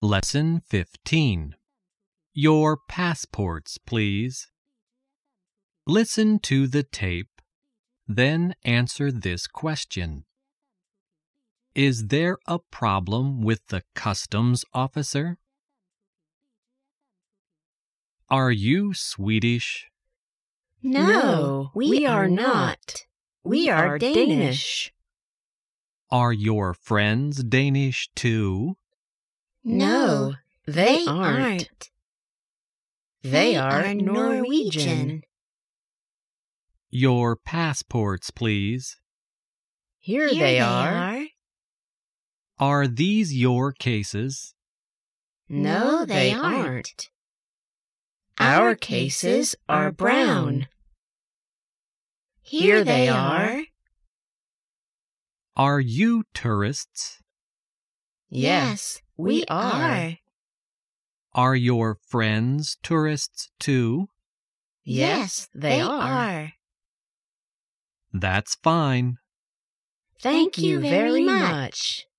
Lesson 15 Your Passports, Please. Listen to the tape, then answer this question Is there a problem with the customs officer? Are you Swedish? No, we, are not. We are Danish. Are your friends Danish too? No, they aren't. They are Norwegian. Your passports, please. Here they are. Are these your cases? No, they aren't. Our cases are brown. Here they are. Are you tourists? Yes, we are. Are your friends tourists too? Yes, they are. That's fine. Thank you very much.